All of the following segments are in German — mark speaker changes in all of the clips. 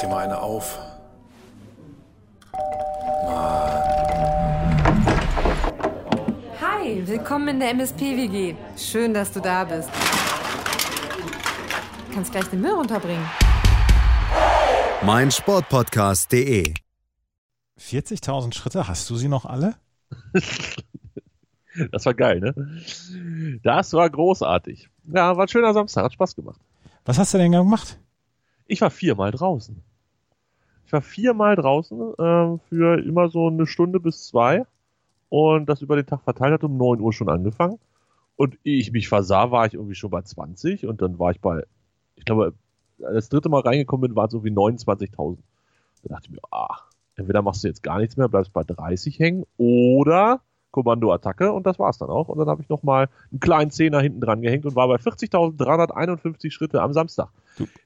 Speaker 1: dir mal eine auf.
Speaker 2: Hi, willkommen in der MSP-WG. Schön, dass du da bist. Du kannst gleich den Müll runterbringen.
Speaker 3: mein Sportpodcast.de.
Speaker 4: 40.000 Schritte, hast du sie noch alle?
Speaker 5: Das war geil, ne? Das war großartig. Ja, war ein schöner Samstag, hat Spaß gemacht.
Speaker 4: Was hast du denn gemacht?
Speaker 5: Ich war viermal draußen. Ich war viermal draußen äh, für immer so eine Stunde bis zwei und das über den Tag verteilt hat um 9 Uhr schon angefangen. Und ehe ich mich versah, war ich irgendwie schon bei 20 und dann war ich bei, ich glaube, das dritte Mal reingekommen bin, waren es irgendwie 29.000. Da dachte ich mir, ah, entweder machst du jetzt gar nichts mehr, bleibst bei 30 hängen oder Kommando Attacke und das war's dann auch. Und dann habe ich nochmal einen kleinen Zehner hinten dran gehängt und war bei 40.351 Schritte am Samstag.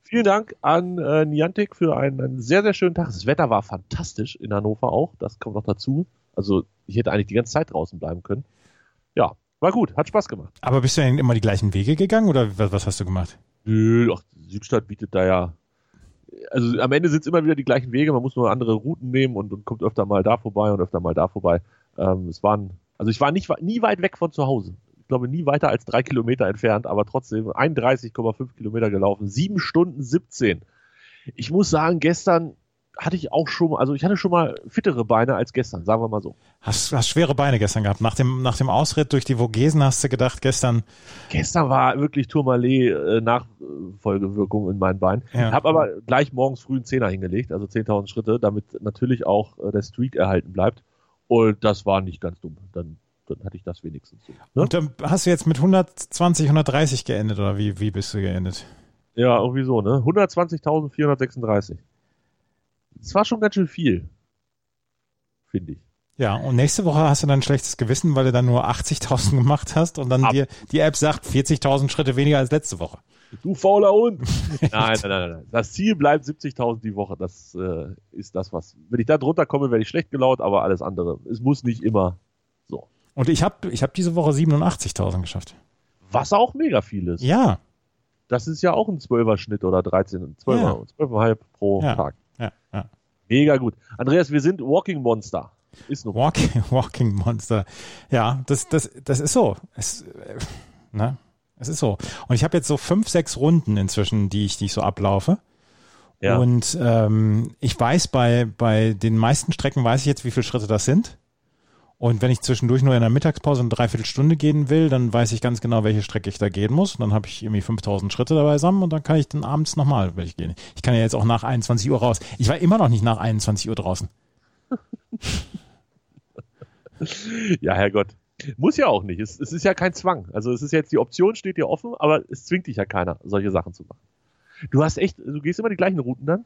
Speaker 5: Vielen Dank an äh, Niantic für einen, einen sehr, sehr schönen Tag. Das Wetter war fantastisch in Hannover auch. Das kommt noch dazu. Also, ich hätte eigentlich die ganze Zeit draußen bleiben können. Ja, war gut. Hat Spaß gemacht.
Speaker 4: Aber bist du denn immer die gleichen Wege gegangen oder was, was hast du gemacht?
Speaker 5: Nö, ach, Südstadt bietet da ja. Also, am Ende sind es immer wieder die gleichen Wege. Man muss nur andere Routen nehmen und, und kommt öfter mal da vorbei und öfter mal da vorbei. Ähm, es waren. Also, ich war nicht, nie weit weg von zu Hause. Ich glaube, nie weiter als drei Kilometer entfernt, aber trotzdem 31,5 Kilometer gelaufen. Sieben Stunden 17. Ich muss sagen, gestern hatte ich auch schon, also ich hatte schon mal fittere Beine als gestern, sagen wir mal so.
Speaker 4: Hast, hast schwere Beine gestern gehabt. Nach dem, nach dem Ausritt durch die Vogesen hast du gedacht, gestern,
Speaker 5: Gestern war wirklich Tourmalet-Nachfolgewirkung in meinen Beinen.
Speaker 4: Ja.
Speaker 5: Hab aber gleich morgens früh einen Zehner hingelegt, also 10.000 Schritte, damit natürlich auch äh, der Streak erhalten bleibt. Und das war nicht ganz dumm. Dann, dann hatte ich das wenigstens. So, ne?
Speaker 4: und dann hast du jetzt mit 120, 130 geendet oder wie, wie bist du geendet?
Speaker 5: Ja, irgendwie so, ne? 120.436. Das war schon ganz schön viel. Finde ich.
Speaker 4: Ja, und nächste Woche hast du dann ein schlechtes Gewissen, weil du dann nur 80.000 gemacht hast und dann
Speaker 5: Ab.
Speaker 4: dir die App sagt 40.000 Schritte weniger als letzte Woche.
Speaker 5: Du fauler Hund! nein, nein, nein, nein, nein. Das Ziel bleibt 70.000 die Woche. Das äh, ist das, was. Wenn ich da drunter komme, werde ich schlecht gelaunt, aber alles andere. Es muss nicht immer so.
Speaker 4: Und ich habe ich hab diese Woche 87.000 geschafft.
Speaker 5: Was auch mega viel ist.
Speaker 4: Ja,
Speaker 5: Das ist ja auch ein 12er-Schnitt oder 13, 12er,
Speaker 4: Ja.
Speaker 5: 12,5 pro
Speaker 4: Ja.
Speaker 5: Tag.
Speaker 4: ja, ja.
Speaker 5: Mega gut. Andreas, wir sind Walking Monster. Ist nur.
Speaker 4: Walking, Walking Monster. Ja, das, das, das ist so. Es, äh, ne? es ist so. Und ich habe jetzt so fünf, sechs Runden inzwischen, die ich, die ich so ablaufe.
Speaker 5: Ja.
Speaker 4: Und ähm, ich weiß, bei, bei den meisten Strecken weiß ich jetzt, wie viele Schritte das sind. Und wenn ich zwischendurch nur in der Mittagspause eine Dreiviertelstunde gehen will, dann weiß ich ganz genau, welche Strecke ich da gehen muss. Und dann habe ich irgendwie 5000 Schritte dabei zusammen und dann kann ich dann abends nochmal welche gehen. Ich kann ja jetzt auch nach 21 Uhr raus. Ich war immer noch nicht nach 21 Uhr draußen.
Speaker 5: Ja, Herrgott. Muss ja auch nicht. Es, es ist ja kein Zwang. Also es ist jetzt, die Option steht dir offen, aber es zwingt dich ja keiner, solche Sachen zu machen. Du hast echt, du gehst immer die gleichen Routen dann?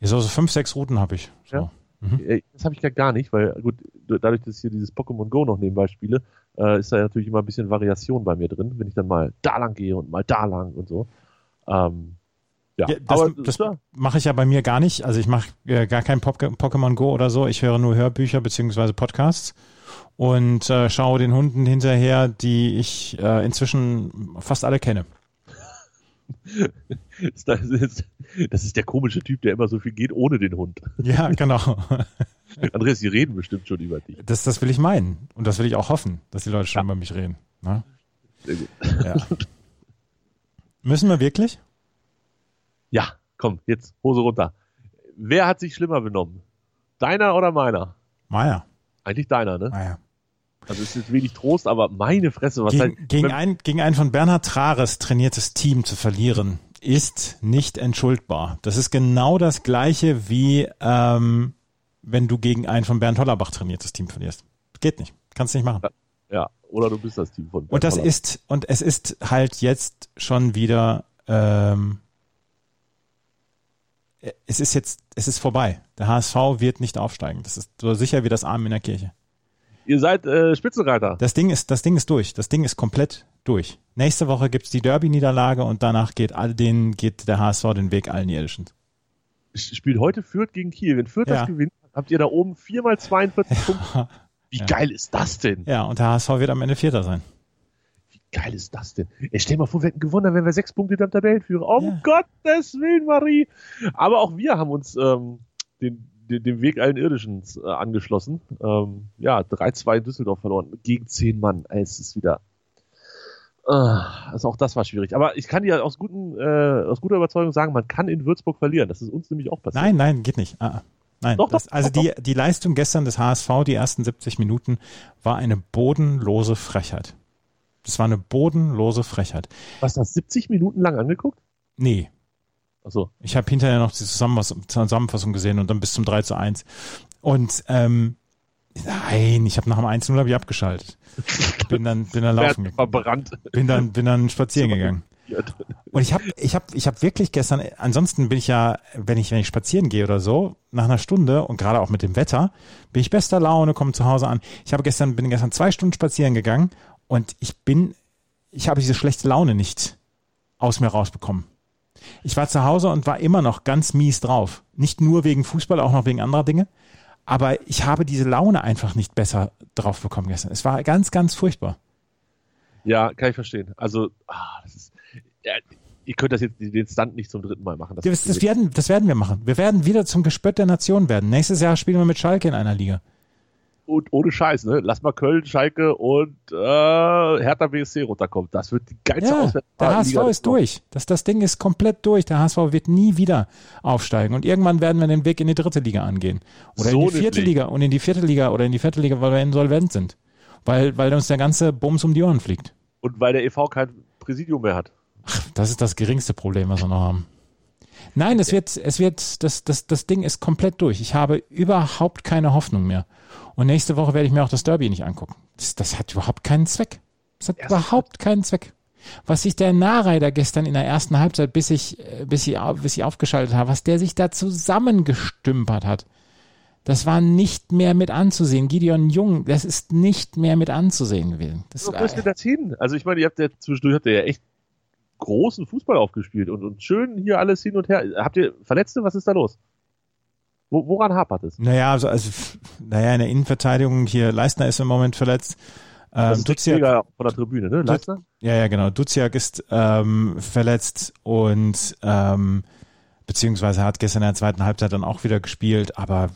Speaker 4: Ja, so, so fünf, sechs Routen habe ich. So.
Speaker 5: Ja. Äh, Das habe ich gerade gar nicht, weil gut, dadurch, dass ich hier dieses Pokémon Go noch nebenbei spiele, äh, ist da natürlich immer ein bisschen Variation bei mir drin, wenn ich dann mal da lang gehe und mal da lang und so. Ähm, ja.
Speaker 4: Ja, das
Speaker 5: aber
Speaker 4: das
Speaker 5: klar,
Speaker 4: mache ich ja bei mir gar nicht. Also ich mache äh, gar kein Pop Pokémon Go oder so. Ich höre nur Hörbücher beziehungsweise Podcasts und äh, schaue den Hunden hinterher, die ich äh, inzwischen fast alle kenne.
Speaker 5: ist das, ist, das ist der komische Typ, der immer so viel geht ohne den Hund.
Speaker 4: Ja, genau.
Speaker 5: Andreas, die reden bestimmt schon über dich.
Speaker 4: Das, das will ich meinen. Und das will ich auch hoffen, dass die Leute schon über mich reden. Ne?
Speaker 5: Sehr gut.
Speaker 4: Ja. Müssen wir wirklich?
Speaker 5: Ja, komm, jetzt Hose runter. Wer hat sich schlimmer benommen? Deiner oder meiner?
Speaker 4: Meier.
Speaker 5: Eigentlich deiner, ne?
Speaker 4: Meier.
Speaker 5: Also es ist jetzt wenig Trost, aber meine Fresse, was
Speaker 4: Gegen,
Speaker 5: halt,
Speaker 4: gegen,
Speaker 5: wenn-
Speaker 4: ein, gegen ein von Bernhard Trares trainiertes Team zu verlieren, ist nicht entschuldbar. Das ist genau das Gleiche wie ähm, wenn du gegen ein von Bernd Hollerbach trainiertes Team verlierst. Geht nicht. Kannst nicht machen.
Speaker 5: ja, oder du bist das Team von
Speaker 4: Und das
Speaker 5: Bernd Holler.
Speaker 4: ist, und es ist halt jetzt schon wieder, ähm, es ist jetzt, es ist vorbei. Der HSV wird nicht aufsteigen. Das ist so sicher wie das Arm in der Kirche.
Speaker 5: Ihr seid äh, Spitzenreiter.
Speaker 4: Das Ding ist, das Ding ist durch. Das Ding ist komplett durch. Nächste Woche gibt's die Derby-Niederlage und danach geht all den, geht der HSV den Weg allen irdischen.
Speaker 5: spielt heute Fürth gegen Kiel. Wenn Fürth
Speaker 4: Ja.
Speaker 5: das gewinnt, habt ihr da oben 4 mal 42 Punkte. Wie
Speaker 4: Ja.
Speaker 5: geil ist das denn?
Speaker 4: Ja, und der HSV wird am Ende Vierter sein.
Speaker 5: Wie geil ist das denn? Ey, stell dir mal vor, wir hätten gewonnen, dann wären wir sechs Punkte hinterm Tabellenführer. Um
Speaker 4: Ja.
Speaker 5: Gottes Willen, Marie! Aber auch wir haben uns ähm, den, den, dem Weg allen Irdischens äh, angeschlossen. Ähm, ja, 3-2 in Düsseldorf verloren. Gegen zehn Mann. Ey, Es ist wieder. Ah, Also auch das war schwierig. Aber ich kann dir aus, guten, äh, aus guter Überzeugung sagen, man kann in Würzburg verlieren. Das ist uns nämlich auch passiert.
Speaker 4: Nein, nein, geht nicht. Ah, ah. nein,
Speaker 5: Doch, doch,
Speaker 4: das, also
Speaker 5: doch,
Speaker 4: die, die Leistung gestern des HSV, die ersten 70 Minuten, war eine bodenlose Frechheit. Das war eine bodenlose Frechheit.
Speaker 5: Was das 70 Minuten lang angeguckt?
Speaker 4: Nee,
Speaker 5: Achso,
Speaker 4: ich habe hinterher noch die Zusammenfassung, Zusammenfassung gesehen und dann bis zum 3 zu 1. Und ähm, nein, ich habe nach dem 1-0 hab ich abgeschaltet. Bin dann, bin dann laufen gegangen.
Speaker 5: verbrannt.
Speaker 4: Bin dann, bin dann spazieren gegangen. Und ich habe ich hab, ich hab wirklich gestern, ansonsten bin ich ja, wenn ich, wenn ich spazieren gehe oder so, nach einer Stunde und gerade auch mit dem Wetter, bin ich bester Laune, komme zu Hause an. Ich habe gestern, bin gestern zwei Stunden spazieren gegangen und ich bin, ich habe diese schlechte Laune nicht aus mir rausbekommen. Ich war zu Hause und war immer noch ganz mies drauf. Nicht nur wegen Fußball, auch noch wegen anderer Dinge. Aber ich habe diese Laune einfach nicht besser drauf bekommen gestern. Es war ganz, ganz furchtbar.
Speaker 5: Ja, kann ich verstehen. Also, ah, das ist, ja, ihr könnt das jetzt den Stunt nicht zum dritten Mal machen. Das
Speaker 4: Das,
Speaker 5: ist
Speaker 4: das, werden, das werden wir machen. Wir werden wieder zum Gespött der Nation werden. Nächstes Jahr spielen wir mit Schalke in einer Liga.
Speaker 5: und ohne Scheiß, ne? Lass mal Köln, Schalke und äh, Hertha BSC runterkommen. Das wird die geilste
Speaker 4: Ja, der HSV
Speaker 5: Liga
Speaker 4: ist durch. Das, das Ding ist komplett durch. Der HSV wird nie wieder aufsteigen. Und irgendwann werden wir den Weg in die dritte Liga angehen. Oder
Speaker 5: So
Speaker 4: in die vierte
Speaker 5: nämlich.
Speaker 4: Liga. Und in die vierte Liga oder in die vierte Liga, weil wir insolvent sind. Weil, weil uns der ganze Bums um die Ohren fliegt.
Speaker 5: Und weil der EV kein Präsidium mehr hat.
Speaker 4: Das ist das geringste Problem, was wir noch haben. Nein, es wird, es wird, das, das, das Ding ist komplett durch. Ich habe überhaupt keine Hoffnung mehr. Und nächste Woche werde ich mir auch das Derby nicht angucken. Das, das hat überhaupt keinen Zweck. Das hat
Speaker 5: Erst-
Speaker 4: überhaupt keinen Zweck. Was sich der Nahreiter gestern in der ersten Halbzeit, bis ich, äh, bis ich, au- bis ich aufgeschaltet habe, was der sich da zusammengestümpert hat, das war nicht mehr mit anzusehen. Gideon Jung, das ist nicht mehr mit anzusehen gewesen. Das
Speaker 5: Wo
Speaker 4: war-
Speaker 5: müsst ihr das hin? Also ich meine, ihr habt ja zwischendurch habt ihr ja echt großen Fußball aufgespielt und, und schön hier alles hin und her. Habt ihr Verletzte? Was ist da los? Wo, woran hapert es?
Speaker 4: Naja, also, also f- naja, in der Innenverteidigung hier Leistner ist im Moment verletzt.
Speaker 5: Das
Speaker 4: Ähm,
Speaker 5: ist
Speaker 4: Duziak,
Speaker 5: Träger von der Tribüne, ne? Leistner?
Speaker 4: ja, ja, genau. Duziak ist ähm, verletzt und ähm, beziehungsweise hat gestern in der zweiten Halbzeit dann auch wieder gespielt, aber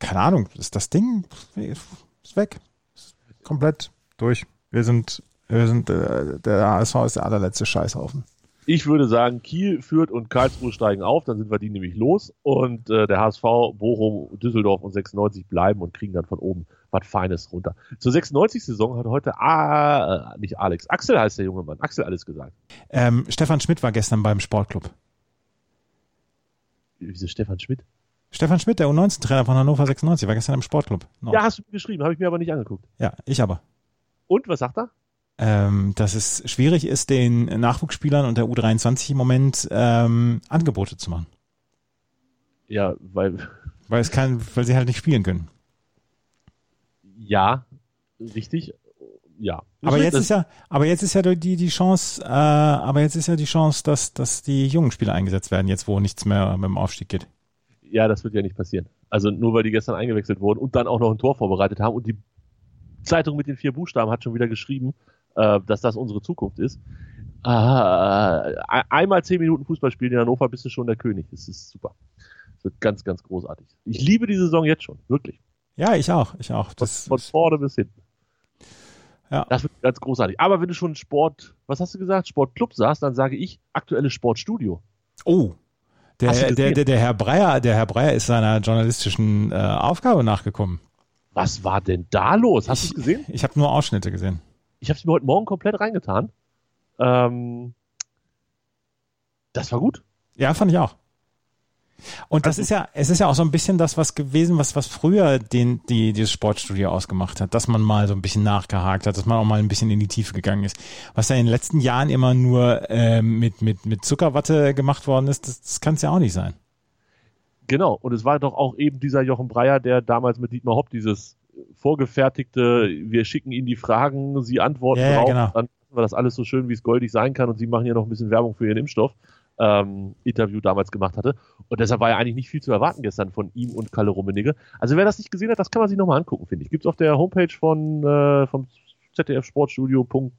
Speaker 4: keine Ahnung, ist das Ding ist weg. Ist komplett durch. Wir sind, wir sind äh, der ASV ist der allerletzte Scheißhaufen.
Speaker 5: Ich würde sagen, Kiel führt und Karlsruhe steigen auf, dann sind wir die nämlich los und äh, der HSV, Bochum, Düsseldorf und 96 bleiben und kriegen dann von oben was Feines runter. Zur 96-Saison hat heute, ah, äh, nicht Alex, Axel heißt der junge Mann, Axel alles gesagt.
Speaker 4: Ähm, Stefan Schmidt war gestern beim Sportclub.
Speaker 5: Wieso Stefan Schmidt?
Speaker 4: Stefan Schmidt, der U19-Trainer von Hannover 96, war gestern im Sportclub. No.
Speaker 5: Ja, hast du mir geschrieben, habe ich mir aber nicht angeguckt.
Speaker 4: ja, ich aber.
Speaker 5: Und, was sagt er?
Speaker 4: ähm, dass es schwierig ist, den Nachwuchsspielern und der U23 im Moment ähm, Angebote zu machen,
Speaker 5: Ja, weil,
Speaker 4: weil es kein, weil sie halt nicht spielen können.
Speaker 5: ja, richtig, ja.
Speaker 4: Aber jetzt ist ja, aber jetzt ist ja die die Chance, äh, aber jetzt ist ja die Chance, dass dass die jungen Spieler eingesetzt werden, jetzt wo nichts mehr mit dem Aufstieg geht.
Speaker 5: Ja, das wird ja nicht passieren. Also nur weil die gestern eingewechselt wurden und dann auch noch ein Tor vorbereitet haben und die Zeitung mit den vier Buchstaben hat schon wieder geschrieben, äh, dass das unsere Zukunft ist. Ah, ein- einmal zehn Minuten Fußball spielen in Hannover bist du schon der König. Das ist super. Das wird ganz, ganz großartig. Ich liebe die Saison jetzt schon, wirklich.
Speaker 4: Ja, ich auch, ich auch. Das,
Speaker 5: Von vorne bis hinten.
Speaker 4: Ja.
Speaker 5: Das wird ganz großartig. Aber wenn du schon Sport, was hast du gesagt, Sportclub saßt, dann sage ich aktuelles Sportstudio.
Speaker 4: oh.
Speaker 5: Hast du
Speaker 4: Der,
Speaker 5: gesehen?
Speaker 4: der, der, der Herr Breyer, der Herr Breyer ist seiner journalistischen äh, Aufgabe nachgekommen.
Speaker 5: Was war denn da los? Hast du es gesehen?
Speaker 4: Ich habe nur Ausschnitte gesehen.
Speaker 5: Ich habe es mir heute Morgen komplett reingetan. Ähm, das war gut.
Speaker 4: Ja, fand ich auch. Und das
Speaker 5: Also-
Speaker 4: ist ja, es ist ja auch so ein bisschen das, was gewesen, was, was früher den, die, dieses Sportstudio ausgemacht hat, dass man mal so ein bisschen nachgehakt hat, dass man auch mal ein bisschen in die Tiefe gegangen ist. Was ja in den letzten Jahren immer nur ähm, mit, mit, mit Zuckerwatte gemacht worden ist, das, das kann es ja auch nicht sein.
Speaker 5: Genau. Und es war doch auch eben dieser Jochen Breyer, der damals mit Dietmar Hopp dieses äh, vorgefertigte, wir schicken ihnen die Fragen, sie antworten
Speaker 4: Ja, ja,
Speaker 5: drauf,
Speaker 4: genau.
Speaker 5: dann war das alles so schön, wie es goldig sein kann und sie machen ja noch ein bisschen Werbung für ihren Impfstoff, ähm, Interview damals gemacht hatte. Und deshalb war ja eigentlich nicht viel zu erwarten gestern von ihm und Kalle Rummenigge. Also wer das nicht gesehen hat, das kann man sich nochmal angucken, finde ich. Gibt's auf der Homepage von äh, vom zdfsportstudio.de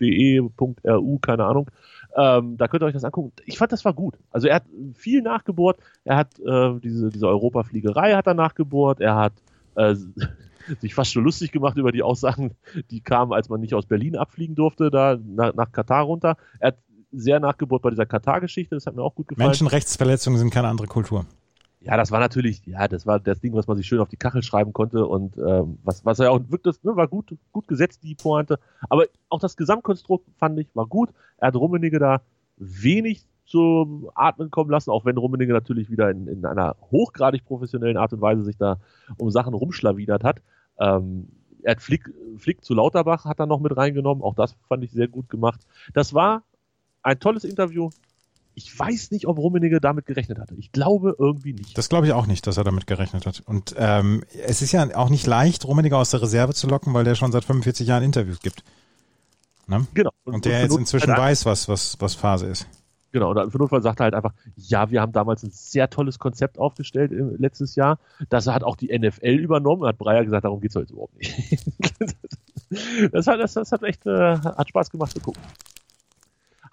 Speaker 5: www.de.ru, keine Ahnung. Ähm, da könnt ihr euch das angucken. Ich fand, das war gut. Also er hat viel nachgebohrt. Er hat äh, diese, diese Europafliegerei hat er nachgebohrt. Er hat äh, sich fast schon lustig gemacht über die Aussagen, die kamen, als man nicht aus Berlin abfliegen durfte, da nach, nach Katar runter. Er hat sehr nachgebohrt bei dieser Katar-Geschichte. Das hat mir auch gut gefallen.
Speaker 4: Menschenrechtsverletzungen sind keine andere Kultur.
Speaker 5: Ja, das war natürlich, ja, das war das Ding, was man sich schön auf die Kachel schreiben konnte und ähm, was, was ja auch wirklich, ne, war gut, gut gesetzt, die Pointe. Aber auch das Gesamtkonstrukt fand ich war gut. Er hat Rummenigge da wenig zu atmen kommen lassen, auch wenn Rummenigge natürlich wieder in, in einer hochgradig professionellen Art und Weise sich da um Sachen rumschlawidert hat. Ähm, er hat Flick, Flick zu Lauterbach hat er noch mit reingenommen. Auch das fand ich sehr gut gemacht. Das war ein tolles Interview. Ich weiß nicht, ob Rummenigge damit gerechnet hatte. Ich glaube irgendwie nicht.
Speaker 4: Das glaube ich auch nicht, dass er damit gerechnet hat. Und ähm, es ist ja auch nicht leicht, Rummeniger aus der Reserve zu locken, weil der schon seit 45 Jahren Interviews gibt. Ne?
Speaker 5: Genau.
Speaker 4: Und der jetzt
Speaker 5: Notfall-
Speaker 4: inzwischen weiß, was, was, was Phase ist.
Speaker 5: Genau, und für Notfall sagt er halt einfach, ja, wir haben damals ein sehr tolles Konzept aufgestellt äh, letztes Jahr. Das hat auch die NFL übernommen, hat Breyer gesagt, darum geht's doch jetzt überhaupt nicht. das, hat, das, das hat echt äh, hat Spaß gemacht zu gucken.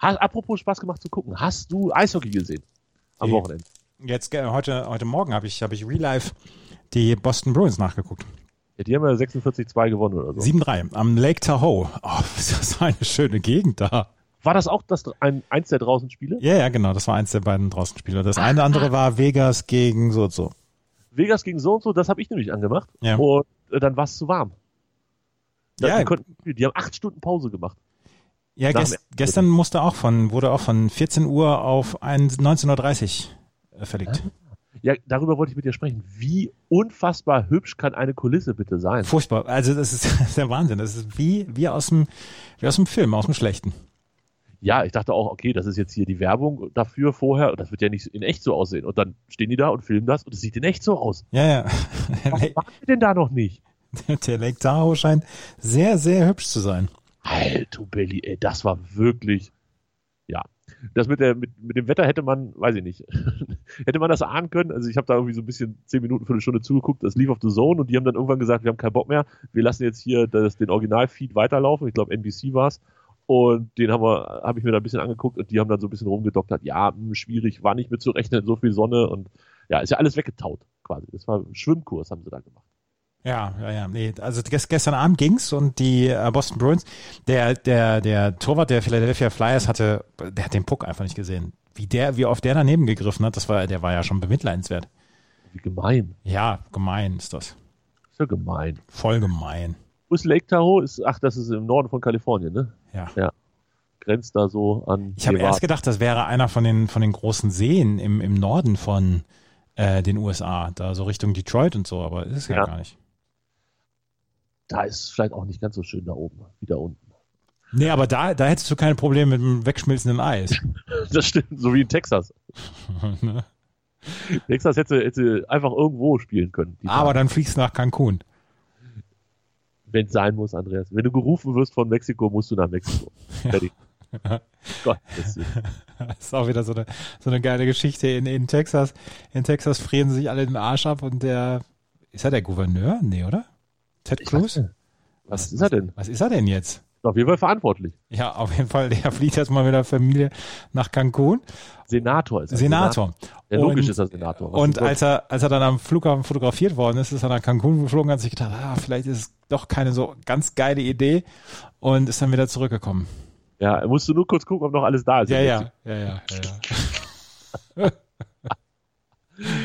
Speaker 5: Ha, apropos Spaß gemacht zu gucken, hast du Eishockey gesehen am
Speaker 4: Nee.
Speaker 5: Wochenende?
Speaker 4: Jetzt äh, heute, heute Morgen habe ich, hab ich Real Life die Boston Bruins nachgeguckt.
Speaker 5: Ja, die haben ja 46-2 gewonnen oder so.
Speaker 4: 7-3 am Lake Tahoe. Oh, ist das eine schöne Gegend da.
Speaker 5: War das auch das, ein, eins der draußen Spiele?
Speaker 4: Ja, ja, genau. Das war eins der beiden draußen Spiele. Das eine andere war Vegas gegen so und so.
Speaker 5: Vegas gegen so und so, das habe ich nämlich angemacht.
Speaker 4: Ja.
Speaker 5: Und äh, dann war es zu warm. Da,
Speaker 4: Ja.
Speaker 5: die, konnten, die haben acht Stunden Pause gemacht.
Speaker 4: Ja,
Speaker 5: Nach
Speaker 4: ges
Speaker 5: dem-
Speaker 4: gestern musste auch von, wurde auch von 14 Uhr auf ein- 19.30 Uhr äh, verlegt.
Speaker 5: Ja, darüber wollte ich mit dir sprechen. Wie unfassbar hübsch kann eine Kulisse bitte sein?
Speaker 4: Furchtbar. Also das ist, das ist der Wahnsinn. Das ist wie, wie, aus dem, wie aus dem Film, aus dem Schlechten.
Speaker 5: Ja, ich dachte auch, okay, das ist jetzt hier die Werbung dafür vorher und das wird ja nicht in echt so aussehen. Und dann stehen die da und filmen das und es sieht in echt so aus.
Speaker 4: Ja, ja. Der
Speaker 5: Warum
Speaker 4: Lake,
Speaker 5: waren wir denn da noch nicht?
Speaker 4: der Lake Tahoe scheint sehr, sehr hübsch zu sein.
Speaker 5: Alter Belly, Halt, ey, das war wirklich. Ja. Das mit, der, mit, mit dem Wetter hätte man, weiß ich nicht, hätte man das ahnen können. Also ich habe da irgendwie so ein bisschen zehn Minuten, Viertelstunde zugeguckt, das lief auf The Zone und die haben dann irgendwann gesagt, wir haben keinen Bock mehr, wir lassen jetzt hier das, den Originalfeed weiterlaufen. Ich glaube, NBC war's. Und den haben wir, habe ich mir da ein bisschen angeguckt und die haben dann so ein bisschen rumgedoktert, ja, hm, schwierig, war nicht mit zu rechnen, so viel Sonne und ja, ist ja alles weggetaut quasi. Das war ein Schwimmkurs, haben sie da gemacht.
Speaker 4: Ja, ja, ja. Nee, also ges- gestern Abend ging's und die äh, Boston Bruins, der, der, der Torwart der Philadelphia Flyers hatte, der hat den Puck einfach nicht gesehen. Wie der, wie oft der daneben gegriffen hat, das war, der war ja schon bemitleidenswert.
Speaker 5: Wie gemein.
Speaker 4: Ja, gemein ist das.
Speaker 5: Ist ja gemein.
Speaker 4: Voll gemein.
Speaker 5: Wo ist Lake Tahoe? Ist, ach, das ist im Norden von Kalifornien, ne?
Speaker 4: Ja.
Speaker 5: grenzt da so an.
Speaker 4: Ich habe
Speaker 5: Nevada.
Speaker 4: erst gedacht, das wäre einer von den, von den großen Seen im, im Norden von äh, den USA, da so Richtung Detroit und so, aber ist es ja,
Speaker 5: Ja.
Speaker 4: gar nicht.
Speaker 5: da ist vielleicht auch nicht ganz so schön da oben, wie da unten.
Speaker 4: Nee, aber da, da hättest du keine Probleme mit dem wegschmilzenden Eis.
Speaker 5: Das stimmt, so wie in Texas.
Speaker 4: ne?
Speaker 5: Texas hätte, hätte einfach irgendwo spielen können. die
Speaker 4: aber
Speaker 5: Tage.
Speaker 4: dann fliegst du nach Cancun.
Speaker 5: wenn es sein muss, Andreas. Wenn du gerufen wirst von Mexiko, musst du nach Mexiko. Fertig. Gott, das ist-
Speaker 4: Das ist auch wieder so eine, so eine geile Geschichte. In, in Texas, in Texas frieren sie sich alle den Arsch ab und der, ist er der Gouverneur? Nee, oder? Ted Cruz?
Speaker 5: was ist er denn?
Speaker 4: Was ist er denn jetzt?
Speaker 5: Auf jeden Fall verantwortlich.
Speaker 4: Ja, auf jeden Fall, der fliegt erstmal mit der Familie nach Cancun.
Speaker 5: Senator ist er.
Speaker 4: Senator. Oh,
Speaker 5: Ja, logisch
Speaker 4: Und-
Speaker 5: ist er Senator. Was
Speaker 4: Und
Speaker 5: denn sonst?
Speaker 4: als er, als er dann am Flughafen fotografiert worden ist, ist er nach Cancun geflogen, hat sich gedacht, ah, vielleicht ist es doch keine so ganz geile Idee und ist dann wieder zurückgekommen.
Speaker 5: ja, musst du nur kurz gucken, ob noch alles da ist.
Speaker 4: Ja, ja, ja, ja, ja.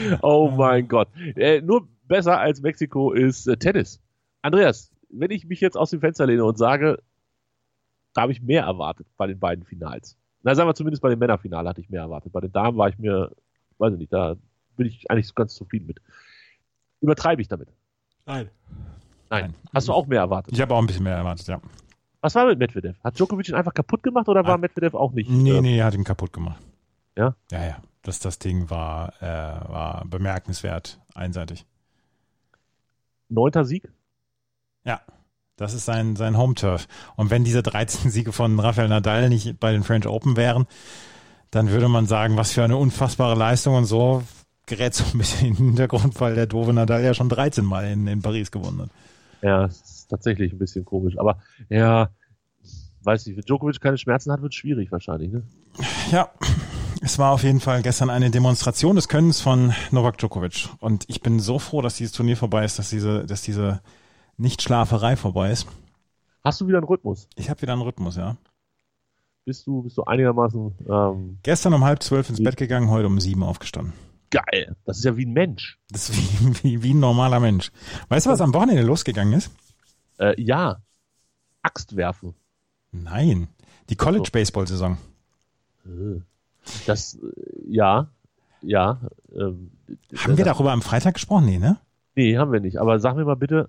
Speaker 4: ja.
Speaker 5: Oh mein Gott. Äh, nur besser als Mexiko ist äh, Tennis. Andreas, wenn ich mich jetzt aus dem Fenster lehne und sage, da habe ich mehr erwartet bei den beiden Finals. Na, sagen wir zumindest bei dem Männerfinale hatte ich mehr erwartet. Bei den Damen war ich mir, weiß ich nicht, da bin ich eigentlich so ganz zufrieden mit. Übertreibe ich damit?
Speaker 4: Nein.
Speaker 5: Nein.
Speaker 4: Nein.
Speaker 5: Hast du auch mehr erwartet?
Speaker 4: Ich habe auch ein bisschen mehr erwartet, ja.
Speaker 5: Was war mit Medvedev? Hat Djokovic ihn einfach kaputt gemacht oder war
Speaker 4: Ah.
Speaker 5: Medvedev auch nicht?
Speaker 4: Nee,
Speaker 5: äh,
Speaker 4: nee, er hat ihn kaputt gemacht.
Speaker 5: Ja?
Speaker 4: Ja, ja. Das, das Ding war, äh, war bemerkenswert einseitig.
Speaker 5: Neunter Sieg?
Speaker 4: Ja. Das ist sein, sein Home-Turf. Und wenn diese 13 Siege von Rafael Nadal nicht bei den French Open wären, dann würde man sagen, was für eine unfassbare Leistung und so gerät so ein bisschen in den Hintergrund, weil der doofe Nadal ja schon 13 Mal in, in Paris gewonnen hat.
Speaker 5: Ja, es ist tatsächlich ein bisschen komisch. Aber ja, Weiß nicht, wenn Djokovic keine Schmerzen hat, wird schwierig wahrscheinlich. Ne?
Speaker 4: Ja, es war auf jeden Fall gestern eine Demonstration des Könnens von Novak Djokovic. Und ich bin so froh, dass dieses Turnier vorbei ist, dass diese, dass diese Nichtschlaferei vorbei ist.
Speaker 5: Hast du wieder einen Rhythmus?
Speaker 4: Ich habe wieder einen Rhythmus, ja.
Speaker 5: Bist du, bist du einigermaßen ähm,
Speaker 4: Gestern um halb zwölf ins Bett gegangen, heute um sieben aufgestanden.
Speaker 5: geil? Das ist ja wie ein Mensch.
Speaker 4: Das ist wie, wie, wie ein normaler Mensch. Weißt du, was am Wochenende losgegangen ist?
Speaker 5: Äh, ja. Axt werfen.
Speaker 4: Nein. Die College-Baseball-Saison.
Speaker 5: Das, äh, ja. Ja. Ähm,
Speaker 4: Haben wir darüber am Freitag gesprochen? Nee, ne?
Speaker 5: Nee, haben wir nicht. Aber sag mir mal bitte,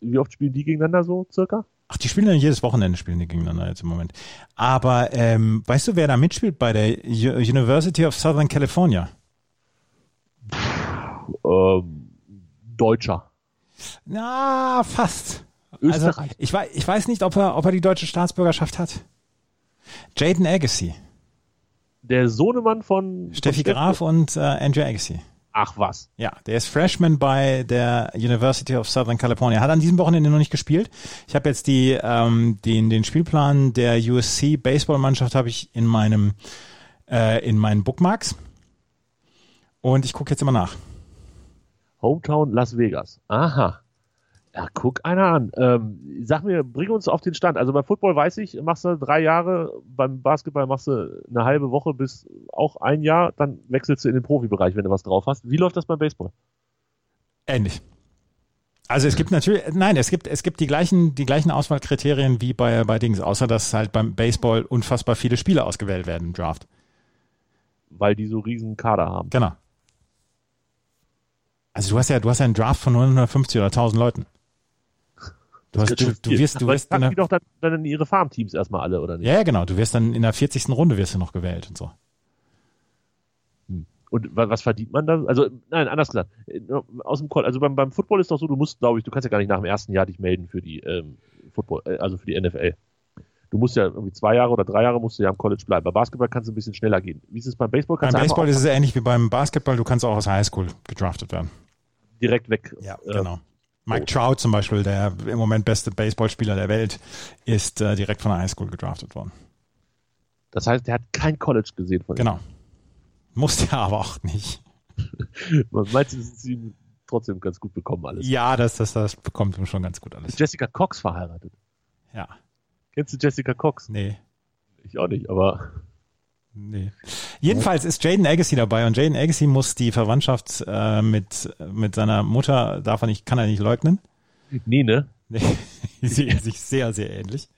Speaker 5: wie oft spielen die gegeneinander so circa?
Speaker 4: Ach, die spielen ja jedes Wochenende spielen die gegeneinander jetzt im Moment. Aber ähm, weißt du, wer da mitspielt bei der U University of Southern California?
Speaker 5: Ähm, Deutscher.
Speaker 4: Na, fast. Also,
Speaker 5: Österreich.
Speaker 4: ich, wei- ich weiß nicht, ob er, ob er die deutsche Staatsbürgerschaft hat. Jaden Agassi,
Speaker 5: Der Sohnemann von
Speaker 4: Steffi
Speaker 5: von
Speaker 4: Graf und äh, Andrew Agassi.
Speaker 5: Ach was.
Speaker 4: Ja, der ist Freshman bei der University of Southern California. Hat an diesem Wochenende noch nicht gespielt. Ich habe jetzt die, ähm, den, den Spielplan der USC Baseballmannschaft habe ich in meinem äh, in meinen Bookmarks und ich gucke jetzt immer nach.
Speaker 5: Hometown Las Vegas. Aha. Ja, guck einer an. Ähm, sag mir, bring uns auf den Stand. Also beim Football weiß ich, machst du drei Jahre, beim Basketball machst du eine halbe Woche bis auch ein Jahr, dann wechselst du in den Profibereich, wenn du was drauf hast. Wie läuft das beim Baseball?
Speaker 4: Ähnlich. Also es gibt natürlich, nein, es gibt es gibt die gleichen die gleichen Auswahlkriterien wie bei bei Dings, außer dass halt beim Baseball unfassbar viele Spieler ausgewählt werden im Draft.
Speaker 5: Weil die so riesen Kader haben.
Speaker 4: Genau. Also du hast ja, du hast ja einen Draft von 950 oder 1000 Leuten. Du, hast, du, du wirst, du
Speaker 5: Aber
Speaker 4: wirst in
Speaker 5: packen
Speaker 4: der,
Speaker 5: die doch dann, dann in ihre Farmteams erstmal alle, oder nicht?
Speaker 4: ja, ja, genau, du wirst dann in der 40. Runde wirst du noch gewählt und so.
Speaker 5: Und wa- was verdient man da? Also, nein, anders gesagt. Äh, Aus dem Call. Also beim, beim Football ist doch so, du musst, glaube ich, du kannst ja gar nicht nach dem ersten Jahr dich melden für die ähm, Football, äh, also für die NFL. Du musst ja irgendwie zwei Jahre oder drei Jahre musst du ja am College bleiben. Bei Basketball kannst du ein bisschen schneller gehen. Wie ist es beim Baseball?
Speaker 4: Beim
Speaker 5: Kannst du einfach
Speaker 4: Baseball ist es ähnlich wie beim Basketball, du kannst auch aus der Highschool gedraftet werden.
Speaker 5: auch direkt weg. äh,
Speaker 4: genau. Mike Trout zum Beispiel, der im Moment beste Baseballspieler der Welt, ist äh, direkt von der Highschool gedraftet worden.
Speaker 5: Das heißt, der hat kein College gesehen von
Speaker 4: Genau. Musste er aber auch nicht.
Speaker 5: ihm. Meinst du, das ist ihm trotzdem ganz gut bekommen alles?
Speaker 4: Ja, das, das, das bekommt ihm schon ganz gut alles.
Speaker 5: Ist Jessica Cox verheiratet?
Speaker 4: Ja.
Speaker 5: Kennst du Jessica Cox?
Speaker 4: Nee.
Speaker 5: Ich auch nicht, aber
Speaker 4: Nee. Jedenfalls ist Jaden Agassi dabei und Jaden Agassi muss die Verwandtschaft äh, mit, mit seiner Mutter, darf er nicht, kann er nicht leugnen.
Speaker 5: nee, ne?
Speaker 4: Nee, Die sehen sich sehr, sehr ähnlich.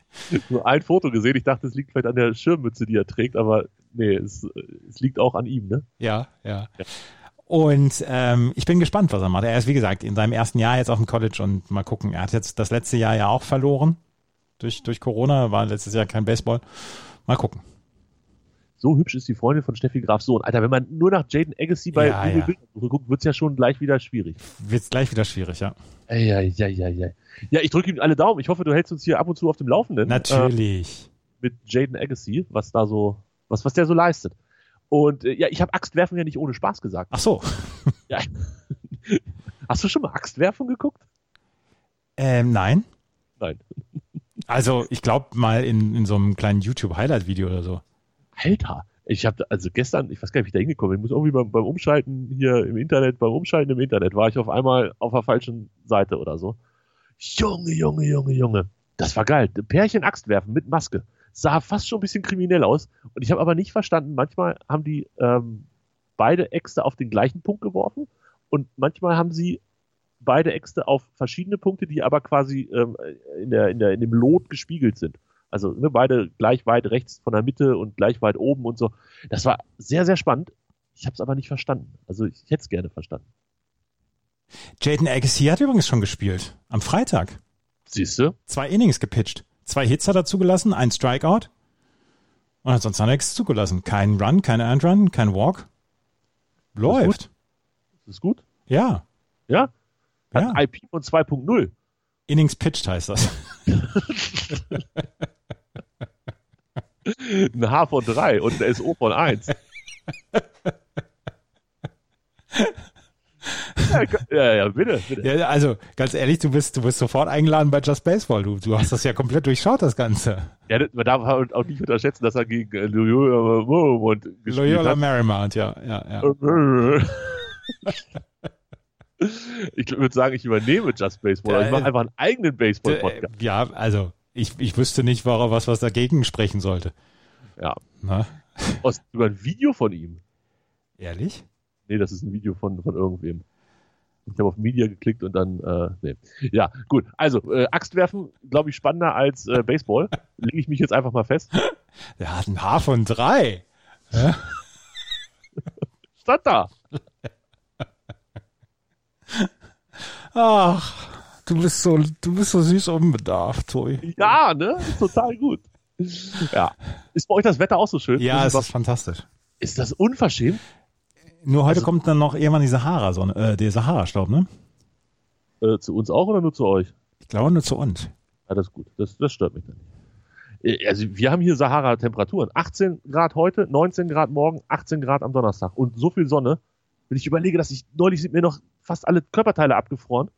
Speaker 5: Nur ein Foto gesehen. Ich dachte, es liegt vielleicht an der Schirmmütze, die er trägt, aber nee, es, es liegt auch an ihm, ne?
Speaker 4: Ja, ja. Und ähm, ich bin gespannt, was er macht. Er ist, wie gesagt, in seinem ersten Jahr jetzt auf dem College und mal gucken. Er hat jetzt das letzte Jahr ja auch verloren durch, durch Corona, war letztes Jahr kein Baseball. Mal gucken.
Speaker 5: So hübsch ist die Freundin von Steffi Graf Sohn. Alter, wenn man nur nach Jaden Agassi bei
Speaker 4: Ja,
Speaker 5: Google
Speaker 4: ja.
Speaker 5: Bildersuche guckt, wird's ja schon gleich wieder schwierig.
Speaker 4: Wird gleich wieder schwierig, ja.
Speaker 5: Ei, ei, ei, ei, ei. Ja, ich drücke ihm alle Daumen. Ich hoffe, du hältst uns hier ab und zu auf dem Laufenden. Äh,
Speaker 4: Natürlich.
Speaker 5: mit Jaden Agassi, was da so, was, was der so leistet. Und äh, ja, ich habe Axtwerfen ja nicht ohne Spaß gesagt.
Speaker 4: Ach so.
Speaker 5: Ja. Hast du schon mal Axtwerfen geguckt?
Speaker 4: Ähm, nein.
Speaker 5: Nein.
Speaker 4: Also ich glaube mal in, in so einem kleinen YouTube-Highlight-Video oder so.
Speaker 5: Alter, ich habe also gestern, ich weiß gar nicht, wie ich da hingekommen bin, ich muss irgendwie beim, beim Umschalten hier im Internet, beim Umschalten im Internet war ich auf einmal auf der falschen Seite oder so. Junge, Junge, Junge, Junge. Das war geil. Pärchen Axt werfen mit Maske. Sah fast schon ein bisschen kriminell aus. Und ich habe aber nicht verstanden, manchmal haben die ähm, beide Äxte auf den gleichen Punkt geworfen und manchmal haben sie beide Äxte auf verschiedene Punkte, die aber quasi ähm, in, der, in, der, in dem Lot gespiegelt sind. Also ne, beide gleich weit rechts von der Mitte und gleich weit oben und so. Das war sehr, sehr spannend. Ich habe es aber nicht verstanden. Also ich hätte es gerne verstanden.
Speaker 4: Jaden Agassi hat übrigens schon gespielt. Am Freitag.
Speaker 5: Siehste?
Speaker 4: Zwei Innings gepitcht. Zwei Hits hat er zugelassen, ein Strikeout. Und ansonsten hat er nichts zugelassen. Kein Run, kein Earned Run, kein Walk. Läuft.
Speaker 5: Ist gut?
Speaker 4: Ja.
Speaker 5: Ja?
Speaker 4: ja.
Speaker 5: Hat IP von 2.0.
Speaker 4: Innings pitched heißt das.
Speaker 5: Ein H von 3 und ein SO von 1. ja, ge- ja, ja, bitte, bitte.
Speaker 4: Ja, also ganz ehrlich, du bist, du bist sofort eingeladen bei Just Baseball. Du, du hast das ja komplett durchschaut, das Ganze.
Speaker 5: Ja, das- man darf halt auch nicht unterschätzen, dass er gegen äh, Loyola Marymount gespielt
Speaker 4: Loyola
Speaker 5: hat.
Speaker 4: Marymount, ja, ja, ja.
Speaker 5: Ich würde sagen, ich übernehme Just Baseball.
Speaker 4: Der-
Speaker 5: ich mache einfach einen eigenen
Speaker 4: Äh,
Speaker 5: Baseball-Podcast.
Speaker 4: Ja, also ich, ich wüsste nicht, warum was, was dagegen sprechen sollte.
Speaker 5: Ja. Oh,
Speaker 4: Na,
Speaker 5: Aus, über ein Video von ihm.
Speaker 4: ehrlich?
Speaker 5: Nee, das ist ein Video von, von irgendwem. Ich habe auf Media geklickt und dann, äh, nee. Ja, gut. Also, äh, Axtwerfen, glaube ich, spannender als äh, Baseball. Lege ich mich jetzt einfach mal fest.
Speaker 4: Der hat ein Haar von drei.
Speaker 5: Stand da.
Speaker 4: Ach, du bist so, du bist so süß unbedarft, Tobi.
Speaker 5: Ja, ne? Ist total gut. Ja. Ist bei euch das Wetter auch so schön?
Speaker 4: Ja, es
Speaker 5: ist,
Speaker 4: ist
Speaker 5: das,
Speaker 4: fantastisch.
Speaker 5: ist das unverschämt?
Speaker 4: Nur heute kommt dann noch irgendwann die Sahara-Sonne, äh, der Sahara-Staub, ne?
Speaker 5: Äh, zu uns auch oder nur zu euch?
Speaker 4: Ich glaube nur zu uns.
Speaker 5: Ja, das ist gut. Das, das stört mich dann nicht. Äh, Also wir haben hier Sahara-Temperaturen. 18 Grad heute, 19 Grad morgen, 18 Grad am Donnerstag. Und so viel Sonne, wenn ich überlege, dass ich neulich sind mir noch fast alle Körperteile abgefroren.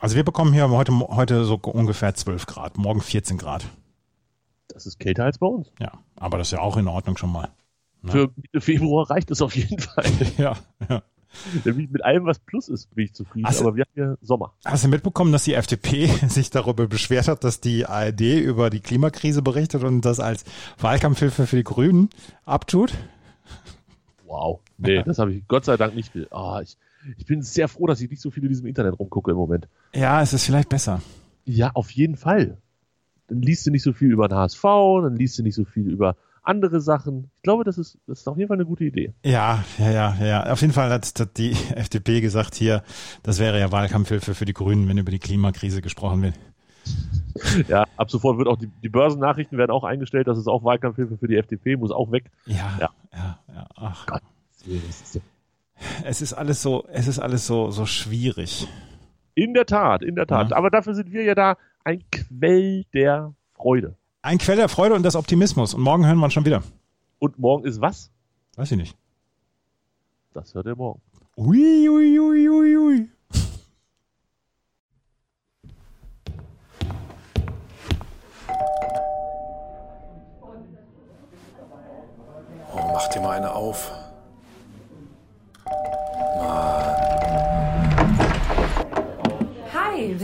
Speaker 4: Also wir bekommen hier heute, heute so ungefähr 12 Grad, morgen 14 Grad.
Speaker 5: Das ist kälter als bei uns.
Speaker 4: Ja, aber das ist ja auch in Ordnung schon mal. Ja.
Speaker 5: Für Mitte Februar reicht es auf jeden Fall.
Speaker 4: Ja, ja.
Speaker 5: Da bin ich mit allem, was Plus ist, bin ich zufrieden.
Speaker 4: Ach so.
Speaker 5: Aber wir haben hier Sommer.
Speaker 4: Hast du mitbekommen, dass die FDP sich darüber beschwert hat, dass die ARD über die Klimakrise berichtet und das als Wahlkampfhilfe für die Grünen abtut?
Speaker 5: Wow. Nee, das habe ich Gott sei Dank nicht. ge- Ah, ich, ich bin sehr froh, dass ich nicht so viel in diesem Internet rumgucke im Moment.
Speaker 4: Ja, es ist vielleicht besser.
Speaker 5: Ja, auf jeden Fall. Dann liest du nicht so viel über den HSV, dann liest du nicht so viel über andere Sachen. Ich glaube, das ist, das ist auf jeden Fall eine gute Idee.
Speaker 4: Ja, ja, ja, ja. Auf jeden Fall hat, hat die FDP gesagt hier, das wäre ja Wahlkampfhilfe für die Grünen, wenn über die Klimakrise gesprochen wird.
Speaker 5: Ja, ab sofort wird auch die, die Börsennachrichten werden auch eingestellt. Das ist auch Wahlkampfhilfe für die FDP, muss auch weg.
Speaker 4: Ja, ja,
Speaker 5: Ja.
Speaker 4: ja. Ach,
Speaker 5: Gott. Das ist-
Speaker 4: es ist alles so, es ist alles so, so schwierig.
Speaker 5: In der Tat, in der Tat.
Speaker 4: Ja.
Speaker 5: Aber dafür sind wir ja da ein Quell der Freude.
Speaker 4: Ein Quell der Freude und des Optimismus. Und morgen hören wir uns schon wieder.
Speaker 5: Und morgen ist was?
Speaker 4: Weiß ich nicht.
Speaker 5: Das hört ihr morgen.
Speaker 4: Ui, ui, ui, ui, ui.
Speaker 1: Oh, mach dir mal eine auf.
Speaker 2: Hi,